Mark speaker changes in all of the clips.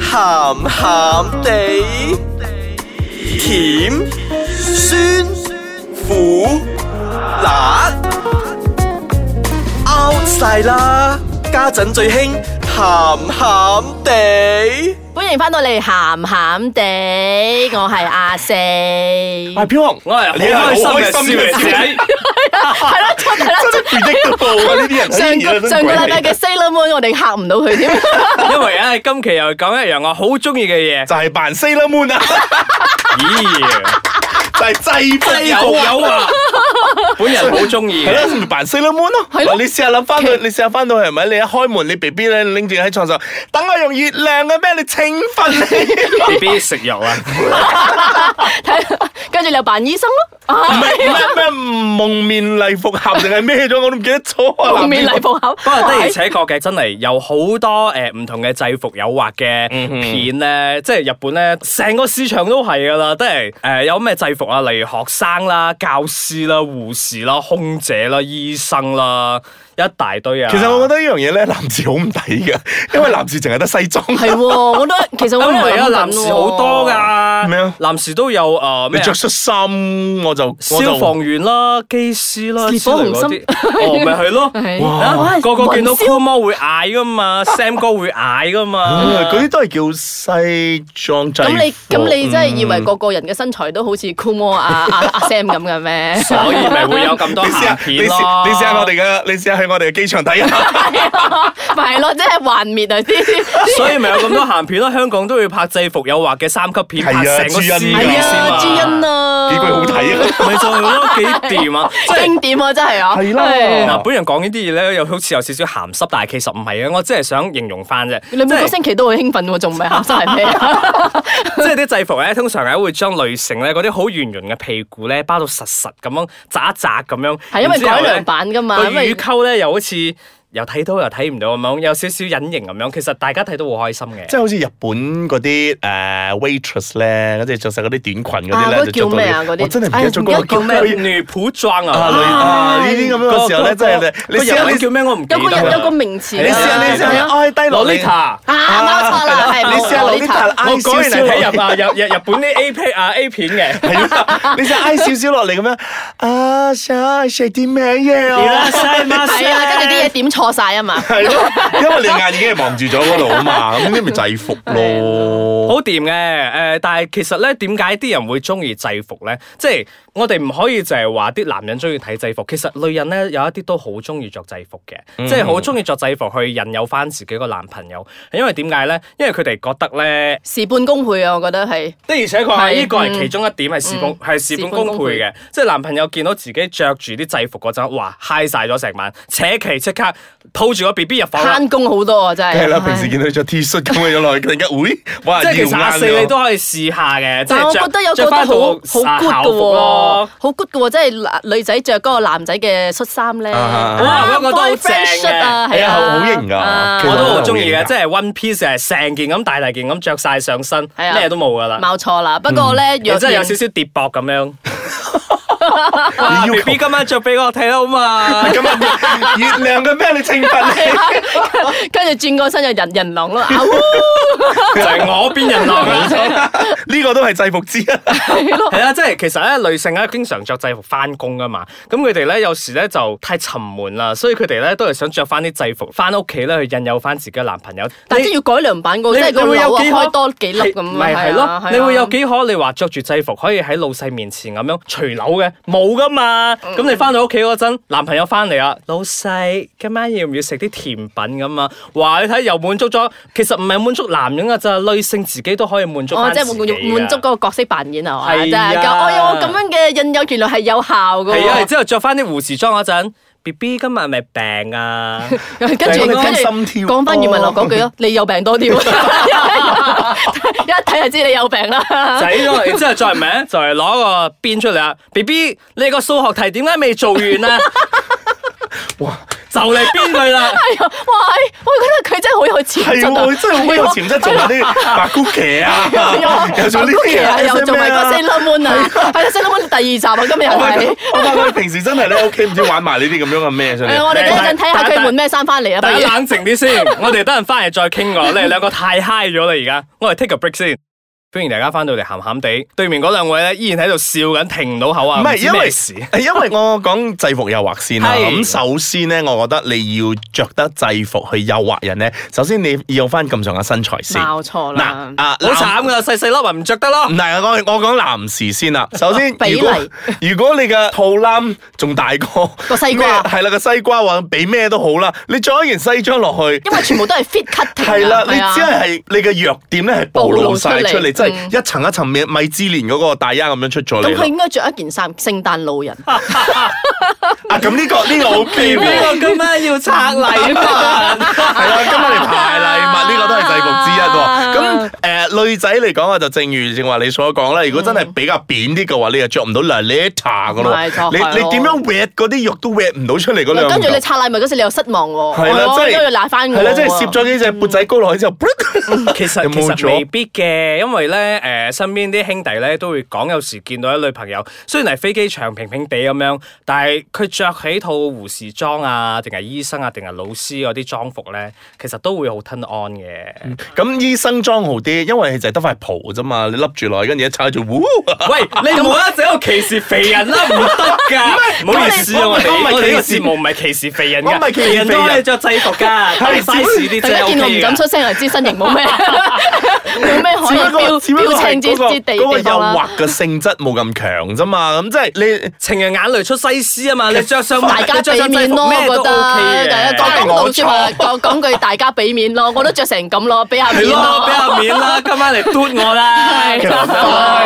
Speaker 1: 鹹鹹地，甜酸苦辣 out 晒啦！家陣最興鹹鹹地。
Speaker 2: 歡迎翻到嚟，咸咸地，我係阿 四，係
Speaker 3: 阿飄紅，
Speaker 4: 我係好開心嘅笑仔，
Speaker 2: 啦，出係啦，
Speaker 3: 真係 predictable 啊！呢啲人
Speaker 4: 哎
Speaker 2: 上個上個禮拜嘅 Sailor Moon 我哋嚇唔到佢 添，
Speaker 4: 因為咧今期又講一樣我好中意嘅嘢，
Speaker 3: 就係扮 Sailor Moon 啊，
Speaker 4: 咦，
Speaker 3: 就係制服
Speaker 4: 有有啊，本人好中意
Speaker 3: 係
Speaker 4: 嘅，
Speaker 3: 啦，咪扮 Sailor Moon 咯。
Speaker 2: 係咯
Speaker 3: 嗱你試下諗翻到，你試下翻到係咪？你一開門，你 B B 咧拎住喺床上，等我用月亮嘅咩？你請瞓你。
Speaker 4: B B 食肉啊，
Speaker 2: 睇跟住你又扮醫生咯，
Speaker 3: 唔
Speaker 2: 啊
Speaker 3: 係咩咩蒙面禮服俠定係咩咗？我都唔記得咗 啊！
Speaker 2: 蒙面禮服口，
Speaker 4: 不過的而且確嘅真係有好多誒唔同嘅制服誘惑嘅
Speaker 2: 嗯
Speaker 4: 片咧，即係日本咧成個市場都係㗎啦，都係誒有咩制服啊，例如學生啦、教師啦、護士啦、空姐啦、醫生啦，一大堆啊。
Speaker 3: 其實我覺得呢樣嘢咧，男士好唔抵㗎，因為男士淨係得西裝。
Speaker 2: 係喎，我都其實我
Speaker 4: 啊
Speaker 2: 都
Speaker 4: 唔
Speaker 2: 有諗緊
Speaker 4: 係啊，
Speaker 2: 喎
Speaker 4: 男士好多，㗎，
Speaker 3: 咩啊
Speaker 4: 男士都有誒
Speaker 3: 你
Speaker 4: 咩啊
Speaker 3: 着恤衫我就我
Speaker 4: 消
Speaker 3: 就
Speaker 4: 防員啦、機師啦、
Speaker 2: 烈
Speaker 4: 之
Speaker 2: 火
Speaker 4: 類嗰
Speaker 2: 雄
Speaker 4: 啲
Speaker 2: 心，
Speaker 4: 哦，咪係咯。
Speaker 2: 係
Speaker 4: 啊
Speaker 2: 哇
Speaker 4: 個個見到
Speaker 2: 雲霄
Speaker 4: Cool 魔會嗌噶嘛，Sam 哥會嗌噶嘛，
Speaker 3: 啊嗰啲都係叫西裝制服。哦
Speaker 2: 咁你咁你真係以為個個人嘅身材都好似 Cool Mo 啊 啊啊 Sam 咁嘅咩？
Speaker 4: 所以咪會有咁多
Speaker 3: 你試下
Speaker 4: 鹹，
Speaker 3: 你
Speaker 4: 片咯
Speaker 3: 試你試下我哋嘅，你試下去我哋嘅機場 睇下。
Speaker 2: 係啊， 咪係咯，即係幻滅 啊啲。
Speaker 4: 所以咪有咁多鹹片咯。香港都會拍制服誘惑嘅三級片，
Speaker 3: 係啊
Speaker 4: 拍成個
Speaker 3: 朱茵
Speaker 4: 師
Speaker 3: 係
Speaker 2: 係
Speaker 4: 先
Speaker 2: 啊，朱茵啊，
Speaker 3: 幾句好睇啊！
Speaker 4: 咪就係咯，幾 掂啊！即係
Speaker 2: 經典啊，真係啊，
Speaker 3: 係啦
Speaker 2: 係
Speaker 4: 嗱，本人講呢啲嘢咧，又好似有少少鹹濕，但係其實唔係嘅，啊我只係想形容翻啫。
Speaker 2: 你每
Speaker 4: 即
Speaker 2: 個
Speaker 4: 係
Speaker 2: 星期都會興奮喎，仲唔係鹹濕係咩啊？
Speaker 4: 即係啲制服咧，通常係會將女性咧嗰啲好圓潤嘅屁股咧包到實實咁樣扎一扎咁樣，
Speaker 2: 係因為
Speaker 4: 然之後
Speaker 2: 改
Speaker 4: 呢
Speaker 2: 良版㗎嘛
Speaker 4: 個
Speaker 2: 因為
Speaker 4: 乳溝咧又好似又睇到又睇唔到咁樣，有少少隱形咁樣。其實大家睇都好開心嘅。
Speaker 3: 即係好似日本嗰啲誒 waitress 咧，即係着晒嗰啲短裙嗰啲哎
Speaker 2: 啊嗰
Speaker 3: 咧，
Speaker 2: 個
Speaker 3: 就着到
Speaker 2: 叫咩啊
Speaker 3: 呢
Speaker 2: 嗰啲
Speaker 3: 我真係唔記得咗嗰個
Speaker 2: 叫咩
Speaker 3: 佢
Speaker 4: 女仆裝
Speaker 3: 啊
Speaker 4: 啊，
Speaker 3: 女啊呢啲咁樣嘅時候咧，
Speaker 4: 個
Speaker 3: 真係你
Speaker 4: 個
Speaker 3: 你試
Speaker 4: 日
Speaker 3: 下
Speaker 4: 文
Speaker 3: 你
Speaker 4: 叫咩？我唔記得
Speaker 2: 有個有有個
Speaker 4: 啦。
Speaker 2: 名詞㗎，
Speaker 3: 你試下你試下你挨低落嚟，
Speaker 4: Lolita
Speaker 2: 啊，冇錯啦，係
Speaker 3: 你試下
Speaker 2: 冇
Speaker 3: 攞啲
Speaker 2: 錯
Speaker 3: 頭挨
Speaker 4: 我講
Speaker 3: 少
Speaker 4: 完
Speaker 3: 少
Speaker 4: 嚟
Speaker 3: 落
Speaker 4: 睇日啊日日日本啲 A 片啊 A 片嘅。
Speaker 3: 係啊，你試下挨少少落嚟咁樣啊，想食啲咩嘢 啊？
Speaker 2: 係啊，跟住啲嘢點錯晒啊嘛，
Speaker 3: 係咯，因為你眼已經係望住咗嗰度啊嘛，咁你咪制服咯。
Speaker 4: 好掂嘅，誒、但係其實咧，點解啲人會中意制服咧？即係我哋唔可以就係話啲男人中意睇制服，其實女人咧有一啲都好中意着制服嘅，即係好中意着制服去引誘翻自己個男朋友。因為點解咧？因為佢哋覺得咧。
Speaker 2: 事半功倍啊，我覺得係。
Speaker 4: 的而且確係
Speaker 2: 係嗯
Speaker 4: 呢個係其中一點係事半係事半功倍嘅，即係男朋友見到自己着住啲制服嗰陣，哇嗨晒咗成晚，扯旗即刻抱住個 B B 入房啦
Speaker 2: 慳工好多啊，真係。
Speaker 3: 係啦，平時見到佢着 T 恤咁樣落去，突然間，喂，哇，
Speaker 4: 即係其實阿
Speaker 3: 要
Speaker 4: 四
Speaker 3: 啱咗
Speaker 4: 你都可以試下嘅，即
Speaker 2: 但係
Speaker 4: 係
Speaker 2: 我
Speaker 4: 着
Speaker 2: 覺得有個
Speaker 4: 着
Speaker 2: 都好
Speaker 4: 翻
Speaker 2: 好 good
Speaker 4: 套校
Speaker 2: 嘅
Speaker 4: 服
Speaker 2: 喎
Speaker 4: 咯。，
Speaker 2: 好 good 嘅喎，即係男女仔着嗰個男仔嘅恤衫咧，
Speaker 3: 啊啊
Speaker 4: 啊
Speaker 2: 啊
Speaker 4: 嗰個都好
Speaker 2: boyfriend
Speaker 4: 正嘅
Speaker 2: shirt 啊，
Speaker 3: 係
Speaker 2: 係
Speaker 3: 啊
Speaker 2: 啊，
Speaker 3: 好型㗎
Speaker 2: 啊
Speaker 3: 其實
Speaker 4: 我都好中意
Speaker 3: 我
Speaker 4: 嘅，
Speaker 3: 都
Speaker 4: 即係 one piece 係成件咁大大件咁着晒上身，
Speaker 2: 係啊
Speaker 4: 咩都冇噶啦，
Speaker 2: 冇錯啦，不過咧，
Speaker 4: 又
Speaker 2: 若
Speaker 4: 真係有
Speaker 2: 然
Speaker 4: 少少跌膊咁樣。
Speaker 3: 啊
Speaker 4: 啊
Speaker 3: 你要求
Speaker 4: B B 今晚着俾我睇好嘛？
Speaker 3: 咁啊，月亮嘅咩？你懲罰你？
Speaker 2: 跟住轉個身就人人狼咯，啊
Speaker 4: 就係我邊人狼。啊
Speaker 3: 呢個都係制服之一。
Speaker 4: 係啊啦，即係其實咧，女性咧經常着制服翻工噶嘛，咁佢哋咧有時咧就太沉悶啦，所以佢哋咧都係想着翻啲制服翻屋企咧去引誘翻自己嘅男朋友。
Speaker 2: 但
Speaker 4: 你
Speaker 2: 係要改良版嗰個，
Speaker 4: 你
Speaker 2: 即係個
Speaker 4: 你會
Speaker 2: 樓
Speaker 4: 有
Speaker 2: 啊
Speaker 4: 幾可
Speaker 2: 開多幾粒咁啊，
Speaker 4: 咪係
Speaker 2: 係啊
Speaker 4: 咯？你會有？
Speaker 2: 係啊
Speaker 4: 幾可你話着住制服可以喺老細面前咁樣除褸嘅？冇噶嘛。
Speaker 2: 嗯
Speaker 4: 咁你翻到屋企嗰陣，男朋友翻嚟啦，老細今晚要唔要食啲甜品咁啊？哇！你睇又滿足咗，其實唔係滿足男人噶咋，女性自己都可以滿足
Speaker 2: 哦
Speaker 4: 返，
Speaker 2: 即係
Speaker 4: 自己
Speaker 2: 滿足
Speaker 4: 㗎
Speaker 2: 滿足嗰個角色扮演係嘛？
Speaker 4: 係
Speaker 2: 真係
Speaker 4: 啊
Speaker 2: 㗎，我有咁樣嘅引誘，原來係有效嘅
Speaker 4: 係啊，然
Speaker 2: 喎。
Speaker 4: 之後着翻啲護士裝嗰陣，B B 今日係咪病 啊？
Speaker 2: 跟住跟住
Speaker 3: 我哋聽心跳
Speaker 2: 講翻余文樂嗰句咯，你有病多 啲喎，一睇就知你有病啦。
Speaker 4: 仔咗，然之後再名就係攞個邊出嚟啊！B B，你個數學題點解未做完啊？
Speaker 3: 哇，
Speaker 4: 就嚟邊 佢啦。
Speaker 2: 係啊，哇！係我覺得佢真係好有潛
Speaker 3: 係
Speaker 2: 質啊，
Speaker 3: 喎，真係好有潛質做埋啊啲白姑騎啊，又做呢啲嘢啊，
Speaker 2: 又做埋個
Speaker 3: SML 啊 Oh
Speaker 2: Sailor Moon 啊，係啦 Sailor Moon 第二集啊，今日
Speaker 3: 我發覺
Speaker 2: 係。
Speaker 3: 我發覺佢平時真係咧屋企唔知玩埋呢啲咁樣嘅咩上
Speaker 2: 誒，啊我哋等一陣睇下佢換咩衫翻嚟啊！不
Speaker 4: 大
Speaker 2: 如
Speaker 4: 家冷靜啲先，我哋等陣翻嚟再傾我。你哋兩個太 high 咗啦，而家我哋 take a break 先。歡迎大家翻到嚟鹹鹹地，對面嗰兩位咧依然喺度笑緊，停唔到口啊！
Speaker 3: 唔係
Speaker 4: 知
Speaker 3: 因
Speaker 4: 咩
Speaker 3: 為
Speaker 4: 事，
Speaker 3: 係因為我講制服誘惑先啦。
Speaker 4: 係
Speaker 3: 咁首先咧，我覺得你要着得制服去誘惑人咧，首先你要有翻咁上下身材先。
Speaker 2: 鬧錯啦
Speaker 3: 嗱，啊，
Speaker 4: 好慘噶，細細粒啊咪唔着得咯
Speaker 3: 唔。係我我講男士先 啦。首先，
Speaker 2: 比例
Speaker 3: 如果如果你嘅肚腩仲大過
Speaker 2: 個西瓜
Speaker 3: 咩係啦個西瓜或者比咩都好啦，你着一件西裝落去。
Speaker 2: 因為全部都係 fit cutting
Speaker 3: 係啦，你
Speaker 2: 啊
Speaker 3: 只係係你嘅弱點咧，係暴露晒
Speaker 2: 暴
Speaker 3: 出
Speaker 2: 露出
Speaker 3: 嚟，
Speaker 2: 嚟
Speaker 3: 即係一層一層米米芝蓮嗰個大丫咁樣出咗
Speaker 2: 咁
Speaker 3: 嚟
Speaker 2: 佢
Speaker 3: 咯。
Speaker 2: 應該着一件衫，聖誕老人。
Speaker 3: 啊，咁呢個呢個 OK
Speaker 4: 呢
Speaker 3: 喎。
Speaker 4: 個今晚 要拆禮
Speaker 3: 係
Speaker 4: 物，
Speaker 3: 啦，今日嚟排禮物呢個都係制服之一 喎。咁誒、呃女仔嚟講啊，就正如正話你所講啦。如果真係比較扁啲嘅話，你又着唔到 laleta 噶咯
Speaker 2: 咪就係。
Speaker 3: 你
Speaker 2: 咯
Speaker 3: 你點樣搲嗰啲肉都搲唔到出嚟嗰兩嚿。
Speaker 2: 跟住你拆禮物嗰時，你又失望喎。
Speaker 3: 係啦，
Speaker 2: 我
Speaker 3: 即
Speaker 2: 應該要
Speaker 3: 係
Speaker 2: 賴翻我啊嗯喎。
Speaker 3: 係啦，即係攝咗幾隻缽仔糕落去之後，
Speaker 4: 其實
Speaker 3: 有
Speaker 4: 其
Speaker 3: 冇
Speaker 4: 實未
Speaker 3: 咗？
Speaker 4: 必嘅，因為咧誒、呃身邊啲兄弟咧都會講，有時見到啲女朋友雖然係飛機場平平地咁樣，但係佢着起套護士裝啊，定係醫生啊，定係老師嗰啲裝服咧，其實都會好 turn on 嘅。
Speaker 3: 咁醫生裝好啲，因為就係得塊袍啫嘛，你笠住落去，跟住一踩住， 呼！
Speaker 4: 喂，你唔好一直喺度歧視肥人啦，唔得 噶，唔好意思啊，
Speaker 3: 我
Speaker 4: 我哋
Speaker 3: 我唔係
Speaker 4: 我哋呢個
Speaker 3: 歧視
Speaker 4: 節目唔係歧視肥人
Speaker 3: 我唔係
Speaker 4: 嘅，
Speaker 3: 歧視肥人
Speaker 4: 人都可以着制服噶，我哋嘥事啲
Speaker 2: 大
Speaker 4: 啫
Speaker 2: 家見我唔
Speaker 4: ，OK
Speaker 2: 敢
Speaker 4: 㗎
Speaker 2: 出聲，就知身形冇 咩冇咩可以標
Speaker 3: 只不過只不過
Speaker 2: 標
Speaker 3: 係
Speaker 2: 青之
Speaker 3: 嗰個
Speaker 2: 之地
Speaker 3: 嗰個
Speaker 2: 地
Speaker 3: 誘
Speaker 2: 方啊啦。
Speaker 3: 惑嘅性質冇咁強啫嘛，咁即係你。
Speaker 4: 情人眼淚出西施啊嘛，你着上
Speaker 2: 大家
Speaker 4: 你着
Speaker 2: 俾
Speaker 4: 上制
Speaker 2: 面咯，
Speaker 4: 服
Speaker 2: 我
Speaker 4: 咩
Speaker 2: 覺
Speaker 4: 都
Speaker 2: 得
Speaker 4: OK
Speaker 2: 大
Speaker 4: 嘅，
Speaker 2: 家講
Speaker 3: 我
Speaker 2: 講句話，講講句大家俾面咯，我都着成咁咯，俾下面
Speaker 4: 係咯，
Speaker 2: 咯
Speaker 4: 俾。下 面啦，今晚嚟嘟我啦，
Speaker 2: 係
Speaker 3: 其實都係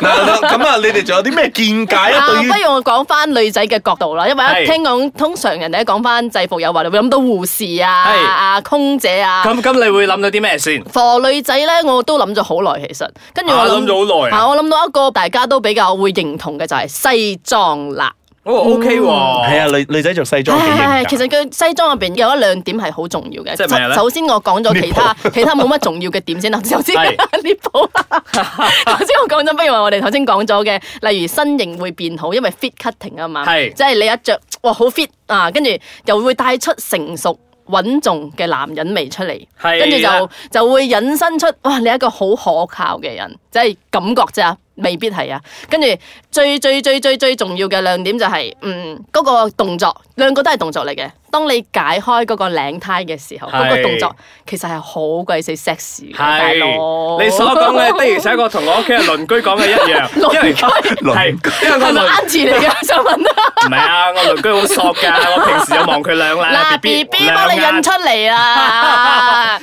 Speaker 3: 錯。嗱咁啊，你哋仲有啲咩見解啊？
Speaker 2: 啊，
Speaker 3: 對於
Speaker 2: 不如我講翻女仔嘅角度啦，因為
Speaker 4: 係
Speaker 2: 一聽講通常人哋一講翻制服誘惑，你會諗到護士啊、
Speaker 4: 係
Speaker 2: 啊空姐啊。
Speaker 4: 咁咁你會諗到啲咩先？
Speaker 2: for 女仔咧，我都諗咗好耐，其實跟住我
Speaker 4: 啊諗咗好耐啊
Speaker 2: 我諗到一個大家都比較會認同嘅就係西裝啦。
Speaker 4: 哦，OK 喎，
Speaker 3: 係啊，女女仔着西裝幾型
Speaker 2: 唉
Speaker 3: 㗎
Speaker 2: 其實佢西裝入邊有一兩點係好重要嘅。
Speaker 4: 即係咩咧
Speaker 2: 首首先我講咗其他其他冇乜重要嘅點 先啦。首先
Speaker 4: 係
Speaker 2: 呢鋪， 頭先我講咗，不如話我哋頭先講咗嘅，例如身形會變好，因為 fit cutting 啊嘛，
Speaker 4: 係
Speaker 2: 即係你一着哇好 fit 啊，跟住又會帶出成熟。穩重嘅男人味出嚟，
Speaker 4: 係啦
Speaker 2: 跟住就就會引申出哇！你係一個好可靠嘅人，即係感覺啫，未必係啊。跟住最最最最最重要嘅亮點就係、嗯嗰、個動作，兩個都係動作嚟嘅。當你解開嗰個領呔嘅時候，
Speaker 4: 係
Speaker 2: 嗰個動作其實係好鬼死 sexy 嘅，大
Speaker 4: 係
Speaker 2: 佬。
Speaker 4: 你所講 嘅 的而且確同我屋企嘅鄰居講嘅一樣，因為係因為
Speaker 2: 係
Speaker 4: 我
Speaker 2: 咪
Speaker 4: 鄰
Speaker 2: 啱字嚟嘅？想問 啊
Speaker 4: 唔係啊，我鄰居好索㗎，我平時有望佢兩
Speaker 2: 嗱
Speaker 4: 眼
Speaker 2: ，B B
Speaker 4: 兩
Speaker 2: 幫你
Speaker 4: 眼
Speaker 2: 印出嚟啊 啦。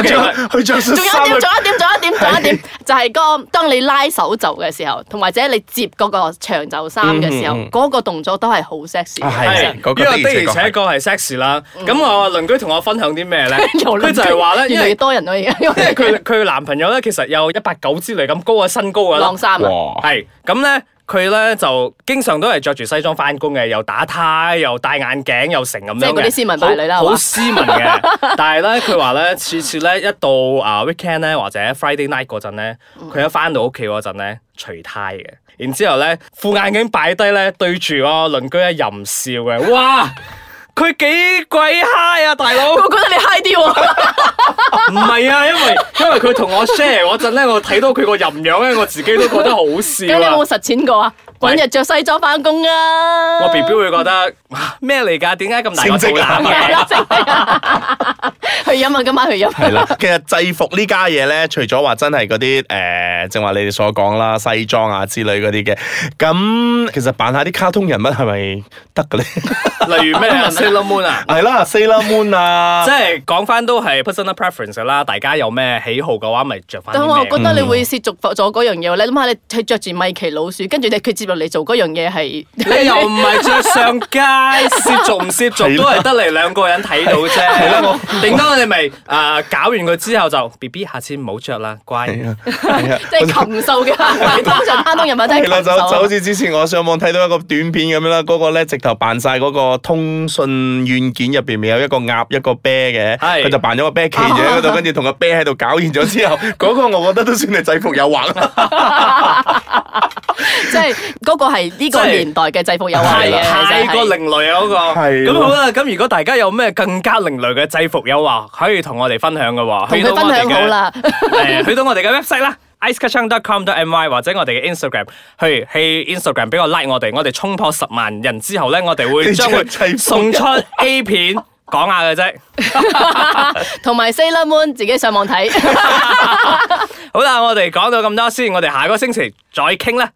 Speaker 4: OK，
Speaker 3: 着佢着恤
Speaker 2: 仲有
Speaker 3: 衫
Speaker 2: 一點，仲
Speaker 3: 啊，
Speaker 2: 有一點，仲有一點，仲有一 點，就係個當你拉手袖嘅時候，同或者你接嗰個長袖衫嘅時候，
Speaker 3: 嗯嗯嗯
Speaker 2: 嗰個動作都係好 sexy 嘅。
Speaker 3: 啊係
Speaker 4: 係，
Speaker 3: 係
Speaker 4: 呢
Speaker 3: 嗰
Speaker 4: 個
Speaker 3: 個
Speaker 4: 的
Speaker 3: 的
Speaker 4: 而
Speaker 3: 而
Speaker 4: 且
Speaker 3: 且
Speaker 4: 確
Speaker 3: 確
Speaker 4: 係 sexy 啦。咁我鄰居同我分享啲咩咧？
Speaker 2: 又
Speaker 4: 佢
Speaker 2: 諗
Speaker 4: 就係話咧，
Speaker 2: 越
Speaker 4: 因
Speaker 2: 嚟越
Speaker 4: 為
Speaker 2: 多人啦，而家 因
Speaker 4: 因為
Speaker 2: 為
Speaker 4: 佢佢男朋友咧，其實有一百九之類咁高嘅身高㗎啦
Speaker 2: 晾。衫啊，
Speaker 3: 哇！
Speaker 4: 係咁咧，佢咧就經常都係着住西裝翻工嘅，又打呔，又戴眼鏡，又成咁樣嘅
Speaker 2: 即係嗰啲斯文敗類啦
Speaker 4: 好
Speaker 2: 係
Speaker 4: 好
Speaker 2: 嘛
Speaker 4: 斯文嘅。但係咧，佢話咧，次次咧一到啊 weekend 咧或者 Friday night 嗰陣咧，佢一翻到屋企嗰陣咧，除呔嘅。然之後咧，副眼鏡擺低咧，對住個鄰居咧啊淫笑嘅，哇！佢幾鬼 high 啊，大佬！
Speaker 2: 我覺得你 high 啲喎，
Speaker 4: 唔係啊，因為因為佢同我 share 嗰陣咧，我睇到佢個淫樣咧，我自己都覺得好
Speaker 2: 咁
Speaker 4: 笑
Speaker 2: 你
Speaker 4: 啊
Speaker 2: 有冇。實踐過啊？
Speaker 4: 喂
Speaker 2: 揾日着西裝翻工啊！
Speaker 3: 嗯
Speaker 4: 我 B B 會覺得哇咩嚟㗎？點解咁大個肚
Speaker 3: 啊
Speaker 4: 腩
Speaker 2: 係
Speaker 4: 嘅？
Speaker 2: 啦，即係去飲啊， 今晚去 飲。
Speaker 3: 係啦， 其實制服呢家嘢咧，除咗話真係嗰啲誒，正話你哋所講啦，西裝啊之類嗰啲嘅，咁其實扮下啲卡通人物係咪得嘅咧？
Speaker 4: 例如咩 啊 Sailor Moon 啊？
Speaker 3: 係啦，Sailor Moon 啊
Speaker 4: 即，係講翻都係 personal preference 㗎啦，大家有咩喜好嘅話，咪着翻
Speaker 2: 但
Speaker 4: 啲
Speaker 2: 我
Speaker 4: 咩嗯
Speaker 2: 覺得你會涉足咗嗰樣嘢喎，你諗下你去着住米奇老鼠，跟住你佢接落嚟做嗰樣嘢係。
Speaker 4: 你又唔係着上街，攝做唔攝 做
Speaker 3: 係
Speaker 4: 都
Speaker 3: 啦
Speaker 4: 係得嚟兩個人睇到啫。係
Speaker 3: 啦我
Speaker 4: 頂多你咪啊搞完佢之後就 B B 下次唔好着啦，乖。
Speaker 3: 係啊，係啊
Speaker 2: 即係禽獸嘅行為，通常山東人物都係啊
Speaker 3: 係
Speaker 2: 禽
Speaker 3: 啦，就就好
Speaker 2: 獸。
Speaker 3: 似之前我上網睇到一個短片咁樣啦，嗰、個咧直頭扮晒嗰個通訊軟件入邊咪有一個鴨一個啤嘅，
Speaker 4: 係
Speaker 3: 佢就扮咗個啤企住喺嗰度，跟住同個啤喺度搞完咗之後，嗰、個我覺得都算係制服誘惑啦。
Speaker 2: 即係嗰個係呢個年代嘅制服誘惑
Speaker 4: 太
Speaker 2: 嚟嘅，
Speaker 4: 太過
Speaker 2: 其實係
Speaker 4: 另類啊嗰
Speaker 3: 係
Speaker 4: 個，
Speaker 3: 咯
Speaker 4: 咁好啦。咁如果大家有咩更加另類嘅制服誘惑，可以同我哋分享嘅喎。
Speaker 2: 同
Speaker 4: 去到
Speaker 2: 佢分
Speaker 4: 我哋
Speaker 2: 享
Speaker 4: 嘅
Speaker 2: 好。啦。
Speaker 4: 誒，去到我哋嘅 website 啦。icekachang.com.my 或者我哋嘅 Instagram，去去 Instagram 俾我 like 我哋，我哋衝破十萬人之後咧，我哋會將會
Speaker 3: 你真係制服
Speaker 4: 送出 A 片講下嘅啫。
Speaker 2: 同埋 Sailor Moon 自己上網睇。
Speaker 4: 好啦，我哋講到咁多先，我哋下個星期再傾啦。